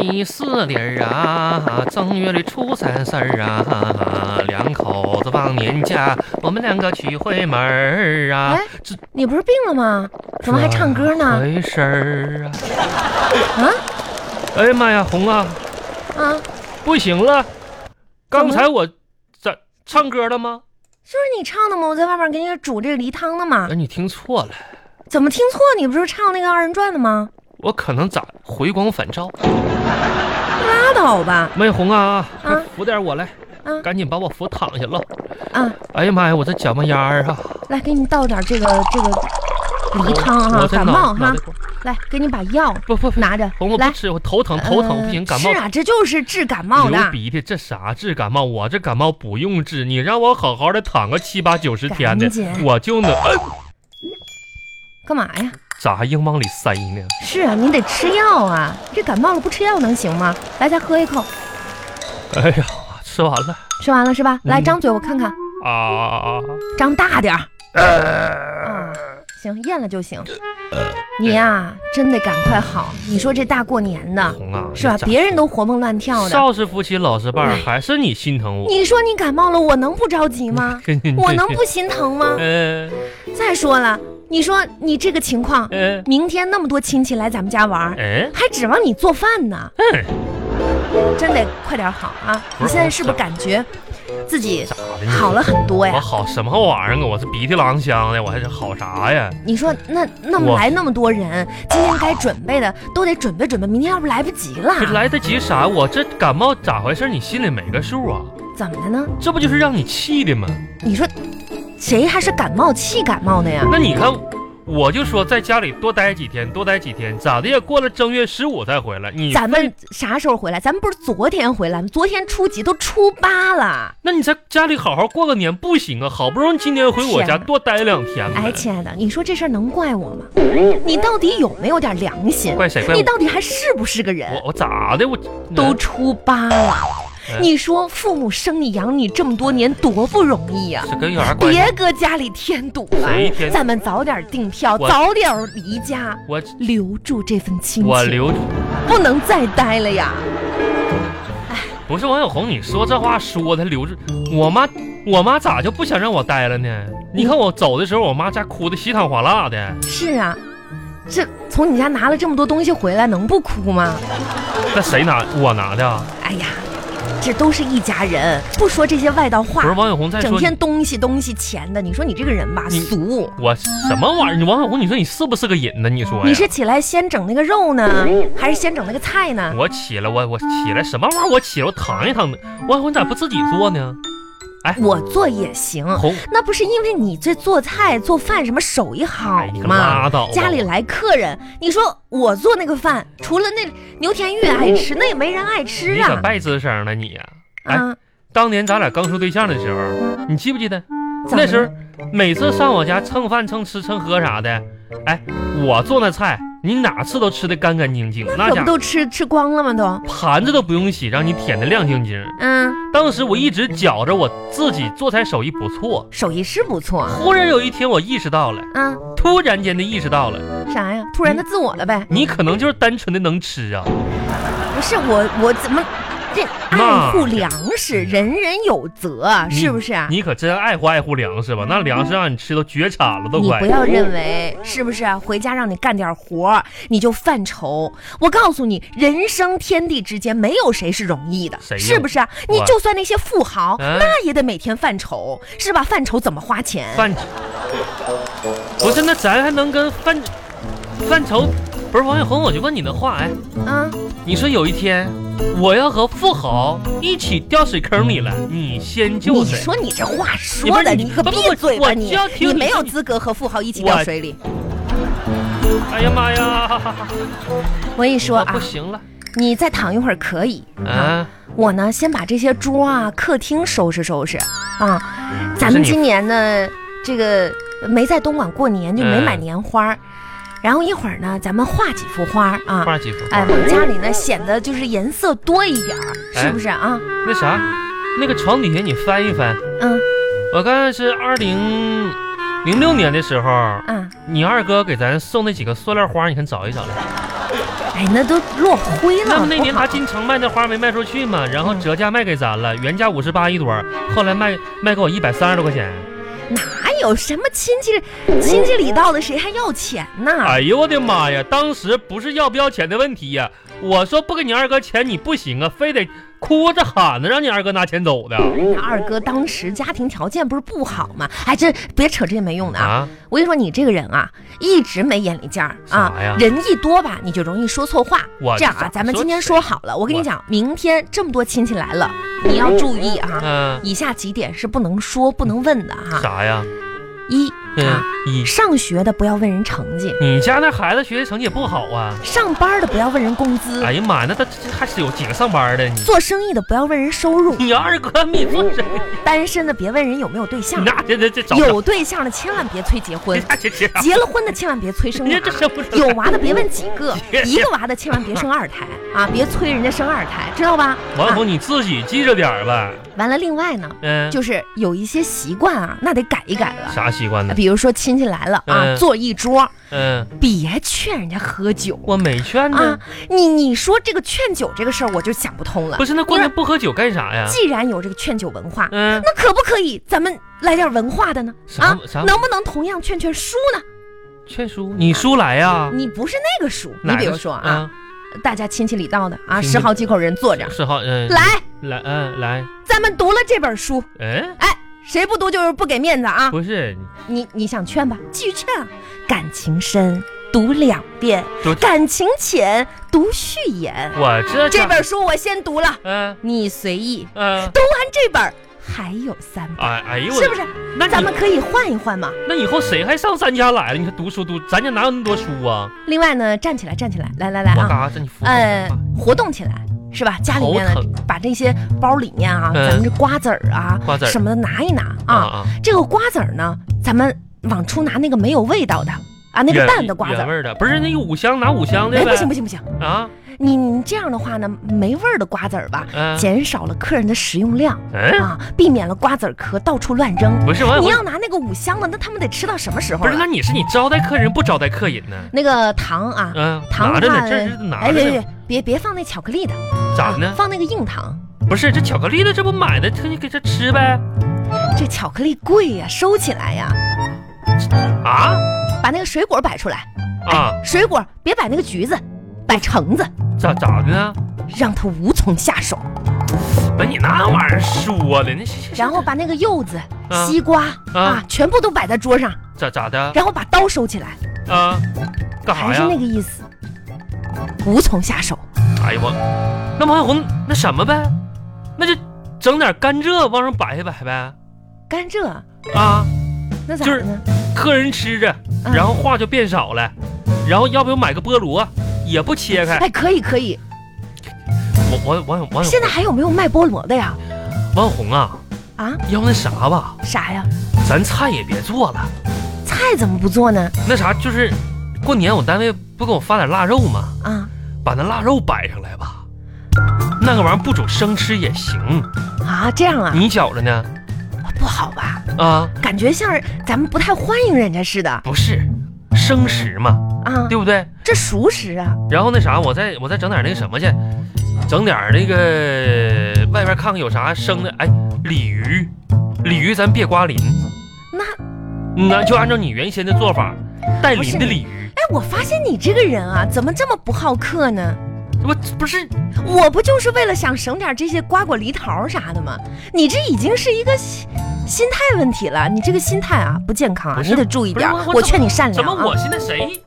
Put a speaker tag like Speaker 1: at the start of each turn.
Speaker 1: 一四里儿啊，正月里初三四儿啊，两口子放年假，我们两个去回门儿啊
Speaker 2: 哎。你不是病了吗？怎么还唱歌呢？
Speaker 1: 回事儿啊！
Speaker 2: 啊
Speaker 1: 哎呀妈呀，红啊，
Speaker 2: 啊！
Speaker 1: 不行了！
Speaker 2: 怎
Speaker 1: 刚
Speaker 2: 么
Speaker 1: 才我咋唱歌了吗？
Speaker 2: 就是你唱的吗？我在外面给你煮这个梨汤呢嘛
Speaker 1: 哎，。你听错了，
Speaker 2: 怎么听错？你不是唱那个二人转的吗？
Speaker 1: 我可能咋回光返照？
Speaker 2: 拉倒吧！
Speaker 1: 妹红啊，快
Speaker 2: 啊
Speaker 1: 扶点我来，
Speaker 2: 啊
Speaker 1: 赶紧把我扶躺下了。
Speaker 2: 啊，
Speaker 1: 哎呀妈呀，我这脚麻丫儿啊！
Speaker 2: 来给你倒点这个这个梨汤哈、
Speaker 1: 我这
Speaker 2: 啊感
Speaker 1: 脑
Speaker 2: 冒哈、
Speaker 1: 脑袋瓜
Speaker 2: 来给你把药
Speaker 1: 不不不，
Speaker 2: 拿着
Speaker 1: 红我不
Speaker 2: 来。
Speaker 1: 吃，我头疼头疼不行，
Speaker 2: 呃
Speaker 1: 感冒
Speaker 2: 是啊，这就是治感冒的
Speaker 1: 流。鼻涕，这啥治感冒？我这感冒不用治，你让我好好的躺个七八九十天的
Speaker 2: 赶紧，
Speaker 1: 我就能、哎
Speaker 2: 干嘛呀？
Speaker 1: 咋硬往里塞呢？
Speaker 2: 是啊，你得吃药啊。这感冒了不吃药能行吗？来，再喝一口，
Speaker 1: 哎呀，吃完了
Speaker 2: 吃完了是吧？来，
Speaker 1: 嗯
Speaker 2: 张嘴我看看，
Speaker 1: 啊！
Speaker 2: 张大点儿。
Speaker 1: 呃
Speaker 2: 啊，行，咽了就行。你呀、真得赶快好。你说这大过年的，
Speaker 1: 红啊，
Speaker 2: 是吧？
Speaker 1: 这
Speaker 2: 别人都活蹦乱跳的，哎
Speaker 1: 少是夫妻老是伴儿，还是你心疼我？
Speaker 2: 你说你感冒了，我能不着急吗？
Speaker 1: 跟你
Speaker 2: 我能不心疼吗？
Speaker 1: 嗯
Speaker 2: 再说了，你说你这个情况，
Speaker 1: 嗯
Speaker 2: 明天那么多亲戚来咱们家玩儿，
Speaker 1: 嗯，
Speaker 2: 还指望你做饭呢？
Speaker 1: 嗯
Speaker 2: 真得快点好啊！
Speaker 1: 不是
Speaker 2: 你现在是不是感觉自己
Speaker 1: 咋的？
Speaker 2: 好了。很多
Speaker 1: 哎我
Speaker 2: 呀？
Speaker 1: 好什么玩意儿啊！我是鼻涕狼香的，我还是好啥呀？
Speaker 2: 你说那那么
Speaker 1: 我
Speaker 2: 来那么多人，今天该准备的都得准备准备，明天要不来不及了，
Speaker 1: 这来得及啥？我这感冒咋回事？你心里没个数啊？
Speaker 2: 怎么的呢？
Speaker 1: 这不就是让你气的吗？
Speaker 2: 你说谁还是感冒气感冒的呀？
Speaker 1: 那你看，我就说在家里多待几天，多待几天，咋的也过了正月十五才回来。你
Speaker 2: 咱们啥时候回来？咱们不是昨天回来吗？昨天初几都初八了。
Speaker 1: 那你在家里好好过个年不行啊？好不容易今年回我家
Speaker 2: 天哪
Speaker 1: 多待两天呗
Speaker 2: 哎，亲爱的，你说这事儿能怪我吗？你到底有没有点良心？
Speaker 1: 怪谁怪我
Speaker 2: 你到底还是不是个人
Speaker 1: 我？我咋的我
Speaker 2: 都初八了
Speaker 1: 哎，
Speaker 2: 你说父母生你养你这么多年多不容易呀、
Speaker 1: 这跟有啥关系？
Speaker 2: 别搁家里添堵了
Speaker 1: 谁添，
Speaker 2: 咱们早点订票，
Speaker 1: 我
Speaker 2: 早点离家，
Speaker 1: 我
Speaker 2: 留住这份亲
Speaker 1: 我
Speaker 2: 情，
Speaker 1: 留
Speaker 2: 不能再待了呀！
Speaker 1: 不是王小红，你说这话说的留着我妈，我妈咋就不想让我待了呢？你看我走的时候，我妈家哭的稀汤哗啦的。
Speaker 2: 是啊，这从你家拿了这么多东西回来，能不哭吗？
Speaker 1: 那谁拿我拿的？啊？
Speaker 2: 哎呀，这都是一家人，不说这些外道
Speaker 1: 不是
Speaker 2: 话，
Speaker 1: 王小红再
Speaker 2: 整
Speaker 1: 说，
Speaker 2: 天东西东西钱的，你说你这个人吧，
Speaker 1: 你
Speaker 2: 俗。
Speaker 1: 我什么玩意儿？你王小红，你说你是不是个人呢？你说呀
Speaker 2: 你是起来先整那个肉呢，还是先整那个菜呢？
Speaker 1: 我起来，我我起来什么玩意儿？我起来，我躺一躺的。王小红，你咋不自己做呢？哎，
Speaker 2: 我做也行，
Speaker 1: 红，
Speaker 2: 那不是因为你这做菜做饭什么手艺好
Speaker 1: 哎，你可
Speaker 2: 吗？
Speaker 1: 拉倒吧！
Speaker 2: 家里来客人，你说我做那个饭，除了那牛田玉爱吃，那也没人爱吃
Speaker 1: 哦你可
Speaker 2: 啊。
Speaker 1: 别吱声了，你呀、哎
Speaker 2: 啊，
Speaker 1: 当年咱俩刚处对象的时候，你记不记得？
Speaker 2: 怎么
Speaker 1: 那时
Speaker 2: 了
Speaker 1: 候每次上我家蹭饭、蹭吃、蹭喝啥的，哎，我做那菜，你哪次都吃的干干净净，那
Speaker 2: 可
Speaker 1: 家
Speaker 2: 不
Speaker 1: 伙
Speaker 2: 都吃吃光了吗？都，
Speaker 1: 盘子都不用洗，让你舔的亮晶晶。
Speaker 2: 嗯，
Speaker 1: 当时我一直觉着我自己做菜手艺不错，
Speaker 2: 手艺是不错，
Speaker 1: 忽然有一天我意识到了，
Speaker 2: 啊，
Speaker 1: 突然间的意识到了，
Speaker 2: 啥呀？突然的自我了呗？
Speaker 1: 你可能就是单纯的能吃啊。
Speaker 2: 不是我，我怎么这爱护粮食，人人有责，
Speaker 1: 你
Speaker 2: 是不是啊？嗯
Speaker 1: 你可真爱护爱护粮食吧？那粮食让你吃都绝产了，都
Speaker 2: 你
Speaker 1: 快
Speaker 2: 不。要认为是不是啊、回家让你干点活儿你就犯愁？我告诉你，人生天地之间没有谁是容易的，
Speaker 1: 谁呀
Speaker 2: 是不是啊？你就算那些富豪，
Speaker 1: 嗯
Speaker 2: 那也得每天犯愁，是吧？犯愁怎么花钱？
Speaker 1: 饭不是，那咱还能跟饭饭愁？不是王小红，我就问你的话，哎，
Speaker 2: 啊，
Speaker 1: 你说有一天我要和富豪一起掉水坑里了，你先救
Speaker 2: 你
Speaker 1: 谁？
Speaker 2: 说你这话
Speaker 1: 你不
Speaker 2: 说
Speaker 1: 是
Speaker 2: 的，
Speaker 1: 你
Speaker 2: 你可
Speaker 1: 不不
Speaker 2: 闭
Speaker 1: 不
Speaker 2: 嘴
Speaker 1: 我就
Speaker 2: 吧你
Speaker 1: 要！听
Speaker 2: 你
Speaker 1: 你
Speaker 2: 没
Speaker 1: 说
Speaker 2: 有
Speaker 1: 你
Speaker 2: 资格和富豪一起
Speaker 1: 我
Speaker 2: 掉水里。
Speaker 1: 哎呀妈呀，
Speaker 2: 我跟你 说
Speaker 1: 我
Speaker 2: 啊
Speaker 1: 不，行了
Speaker 2: 你再躺一会儿可以啊。
Speaker 1: 啊！
Speaker 2: 我呢，先把这些桌啊、客厅收拾收拾啊。咱
Speaker 1: 嗯是
Speaker 2: 们
Speaker 1: 你
Speaker 2: 今年呢，这个呃没在东莞过年，就没
Speaker 1: 嗯
Speaker 2: 买年花儿。然后一会儿呢，咱们画几幅花儿啊，
Speaker 1: 画几幅
Speaker 2: 哎，
Speaker 1: 画，
Speaker 2: 往家里呢显得就是颜色多一点儿，
Speaker 1: 哎
Speaker 2: 是不是啊？
Speaker 1: 那啥，那个床底下你翻一翻，
Speaker 2: 嗯
Speaker 1: 我看是二零零六年的时候，
Speaker 2: 啊，
Speaker 1: 你二哥给咱送那几个塑料花，你看找一找来。
Speaker 2: 哎，那都落灰了。
Speaker 1: 那么那年
Speaker 2: 多
Speaker 1: 他
Speaker 2: 好
Speaker 1: 进城卖那花没卖出去嘛，然后折价卖给咱 了，原价五十八一朵儿，后来卖卖给我一百三十多块 钱。
Speaker 2: 哪有什么亲戚亲戚里道的，谁还要钱呢？
Speaker 1: 哎呦我的妈呀！当时不是要不要钱的问题呀、我说不给你二哥钱你不行啊，非得哭着喊着让你二哥拿钱走的
Speaker 2: 二哥当时家庭条件不是不好吗？哎，这别扯这些没用的啊！
Speaker 1: 啊！
Speaker 2: 我跟你说，你这个人啊，一直没眼力劲儿啊
Speaker 1: 啥呀，
Speaker 2: 人一多吧，你就容易说错话。
Speaker 1: 我
Speaker 2: 这样啊，咱们今天说好了，我跟你
Speaker 1: 我
Speaker 2: 讲，明天这么多亲戚来了，你要注意啊。
Speaker 1: 嗯、
Speaker 2: 以下几点是不能说、不能问的哈。
Speaker 1: 啥呀？
Speaker 2: 一
Speaker 1: 嗯
Speaker 2: 啊，，
Speaker 1: 一，
Speaker 2: 上学的不要问人成绩，
Speaker 1: 你家那孩子学习成绩也不好啊！
Speaker 2: 上班的不要问人工资，
Speaker 1: 哎呀妈呀，那他这还是有几个上班的你？
Speaker 2: 做生意的不要问人收入，
Speaker 1: 你二哥你做谁？
Speaker 2: 单身的别问人有没有对象，
Speaker 1: 那这这这找
Speaker 2: 有对象的千万别催结婚，
Speaker 1: 这这这，
Speaker 2: 结了婚的千万别催生啊
Speaker 1: 你这
Speaker 2: 娃。
Speaker 1: 生不出
Speaker 2: 有
Speaker 1: 来
Speaker 2: 娃的别问几 个，一个娃的千万别生二胎啊！别催人家生二胎，知道吧？
Speaker 1: 王
Speaker 2: 啊、
Speaker 1: 红，你自己记着点儿吧。
Speaker 2: 完了，另外呢，
Speaker 1: 嗯，
Speaker 2: 就是有一些习惯啊，那得改一改了。
Speaker 1: 啥习惯呢？
Speaker 2: 比如说亲戚来了啊，
Speaker 1: 嗯
Speaker 2: 坐一桌，
Speaker 1: 嗯，
Speaker 2: 别劝人家喝酒
Speaker 1: 我没劝
Speaker 2: 啊
Speaker 1: 呢。！
Speaker 2: 你你说这个劝酒这个事儿，我就想不啊通了
Speaker 1: 不。是，那过年不喝酒干啥呀？
Speaker 2: 既然有这个劝酒文化，
Speaker 1: 嗯，
Speaker 2: 那可不可以咱们来点文化的呢？
Speaker 1: 啥
Speaker 2: 啊，
Speaker 1: 啥
Speaker 2: 能不能同样劝劝书呢？
Speaker 1: 劝书？你叔来呀？
Speaker 2: 你不是那个书，嗯你
Speaker 1: 哪
Speaker 2: 比
Speaker 1: 个
Speaker 2: 如
Speaker 1: 叔
Speaker 2: 说啊，，大家亲戚里道的啊，
Speaker 1: 亲戚
Speaker 2: 十好几口人坐着，
Speaker 1: 是好，嗯，
Speaker 2: 来，
Speaker 1: 来，嗯来，
Speaker 2: 咱们读了这本书，
Speaker 1: 嗯，
Speaker 2: 哎，谁不读就是不给面子啊！
Speaker 1: 不是，
Speaker 2: 你你想劝吧，继续劝啊，感情深读两遍
Speaker 1: 读，
Speaker 2: 感情浅读序言。
Speaker 1: 我这
Speaker 2: 这，本书我先读了，
Speaker 1: 嗯
Speaker 2: 你随意。
Speaker 1: 嗯，
Speaker 2: 读完这本儿还有三本，
Speaker 1: 哎哎呦，我
Speaker 2: 是不？是？
Speaker 1: 那
Speaker 2: 咱
Speaker 1: 你
Speaker 2: 们可以换一换嘛。
Speaker 1: 那以后谁还上咱家来了？你看读书读，咱家哪有那么多书啊？
Speaker 2: 另外呢，站起来，站起来，来来来
Speaker 1: 我
Speaker 2: 啊，
Speaker 1: 嘎这你服不服
Speaker 2: 呃，活动起来。是吧？家里面呢
Speaker 1: 头疼，
Speaker 2: 把这些包里面啊，
Speaker 1: 嗯
Speaker 2: 咱们这瓜子儿啊，
Speaker 1: 瓜子儿
Speaker 2: 什么的拿一拿
Speaker 1: 啊
Speaker 2: 啊。
Speaker 1: 啊，
Speaker 2: 这个瓜子儿呢，咱们往出拿那个没有味道的啊，那个
Speaker 1: 原
Speaker 2: 淡的瓜子
Speaker 1: 原味
Speaker 2: 儿。
Speaker 1: 儿的，不是那有五香拿五香的
Speaker 2: 哎，
Speaker 1: 呗？
Speaker 2: 不行不行不行，
Speaker 1: 啊，
Speaker 2: 你你这样的话呢，没味儿的瓜子儿吧，
Speaker 1: 嗯
Speaker 2: 减少了客人的食用量
Speaker 1: 嗯，
Speaker 2: 啊，避免了瓜子儿壳到处乱扔。
Speaker 1: 不是我
Speaker 2: 你
Speaker 1: 我
Speaker 2: 要拿那个五香的，那他们得吃到什么时候
Speaker 1: 不是，
Speaker 2: 啊？
Speaker 1: 那你是你招待客人不招待客人呢？
Speaker 2: 那个糖啊，
Speaker 1: 嗯，
Speaker 2: 糖
Speaker 1: 拿
Speaker 2: 的
Speaker 1: 着
Speaker 2: 话，
Speaker 1: 呢，这是拿
Speaker 2: 哎，别
Speaker 1: 着
Speaker 2: 别
Speaker 1: 呢，
Speaker 2: 别别放那巧克力的，
Speaker 1: 咋
Speaker 2: 啊
Speaker 1: 的呢？
Speaker 2: 放那个硬糖，
Speaker 1: 不是这巧克力的，这不买的，这给这吃呗？
Speaker 2: 这巧克力贵呀，收起来呀，
Speaker 1: 啊
Speaker 2: 把那个水果摆出来，
Speaker 1: 啊，
Speaker 2: 水果别摆那个橘子，摆橙子，
Speaker 1: 咋咋的呢？
Speaker 2: 让他无从下手。
Speaker 1: 不是你那玩意儿说的，那是是
Speaker 2: 然后把那个柚子、
Speaker 1: 啊
Speaker 2: 西瓜啊
Speaker 1: 啊
Speaker 2: 全部都摆在桌上，
Speaker 1: 咋咋的
Speaker 2: 然后把刀收起来，
Speaker 1: 啊？干
Speaker 2: 还
Speaker 1: 啥
Speaker 2: 是
Speaker 1: 呀
Speaker 2: 那？个意思，无从下手。
Speaker 1: 哎呀我，那王小红那什么呗？那就整点甘蔗往上摆一摆呗
Speaker 2: 甘蔗
Speaker 1: 啊。
Speaker 2: 那咋
Speaker 1: 就
Speaker 2: 的
Speaker 1: 是
Speaker 2: 呢？
Speaker 1: 客人吃着，
Speaker 2: 嗯
Speaker 1: 然后话就变少了，然后要不要买个菠萝，也不切开。
Speaker 2: 哎，可以可以，
Speaker 1: 我我王小王小
Speaker 2: 现在还有没有卖菠萝的呀？
Speaker 1: 王小红啊，
Speaker 2: 啊，
Speaker 1: 要不那啥吧，
Speaker 2: 啥呀？
Speaker 1: 咱菜也别做了，
Speaker 2: 菜怎么不做呢？
Speaker 1: 那啥就是，过年我单位不给我发点腊肉吗？
Speaker 2: 啊
Speaker 1: 把那腊肉摆上来吧，那个玩意儿不煮生吃也行。
Speaker 2: 啊，这样啊，
Speaker 1: 你觉着呢？
Speaker 2: 不好吧？
Speaker 1: 啊，
Speaker 2: 感觉像是咱们不太欢迎人家似的
Speaker 1: 不是，生食嘛，
Speaker 2: 啊。
Speaker 1: 对不对？
Speaker 2: 这熟食啊，
Speaker 1: 然后那啥，我再我再整点那个什么去，整点儿那个外边看看有啥生的，哎，鲤鱼，鲤鱼咱别刮鳞，
Speaker 2: 那
Speaker 1: 嗯呐，就按照你原先的做法，带
Speaker 2: 不是
Speaker 1: 鳞的鲤鱼，
Speaker 2: 哎，我发现你这个人啊，怎么这么不好客呢？
Speaker 1: 我不是
Speaker 2: 我不就是为了想省点这些瓜果梨桃啥的吗？你这已经是一个心心态问题了，你这个心态啊不健康啊，
Speaker 1: 不是
Speaker 2: 你得注意点儿
Speaker 1: 不是。我我
Speaker 2: 我劝你善
Speaker 1: 怎
Speaker 2: 良
Speaker 1: 么
Speaker 2: 啊。
Speaker 1: 我现在谁？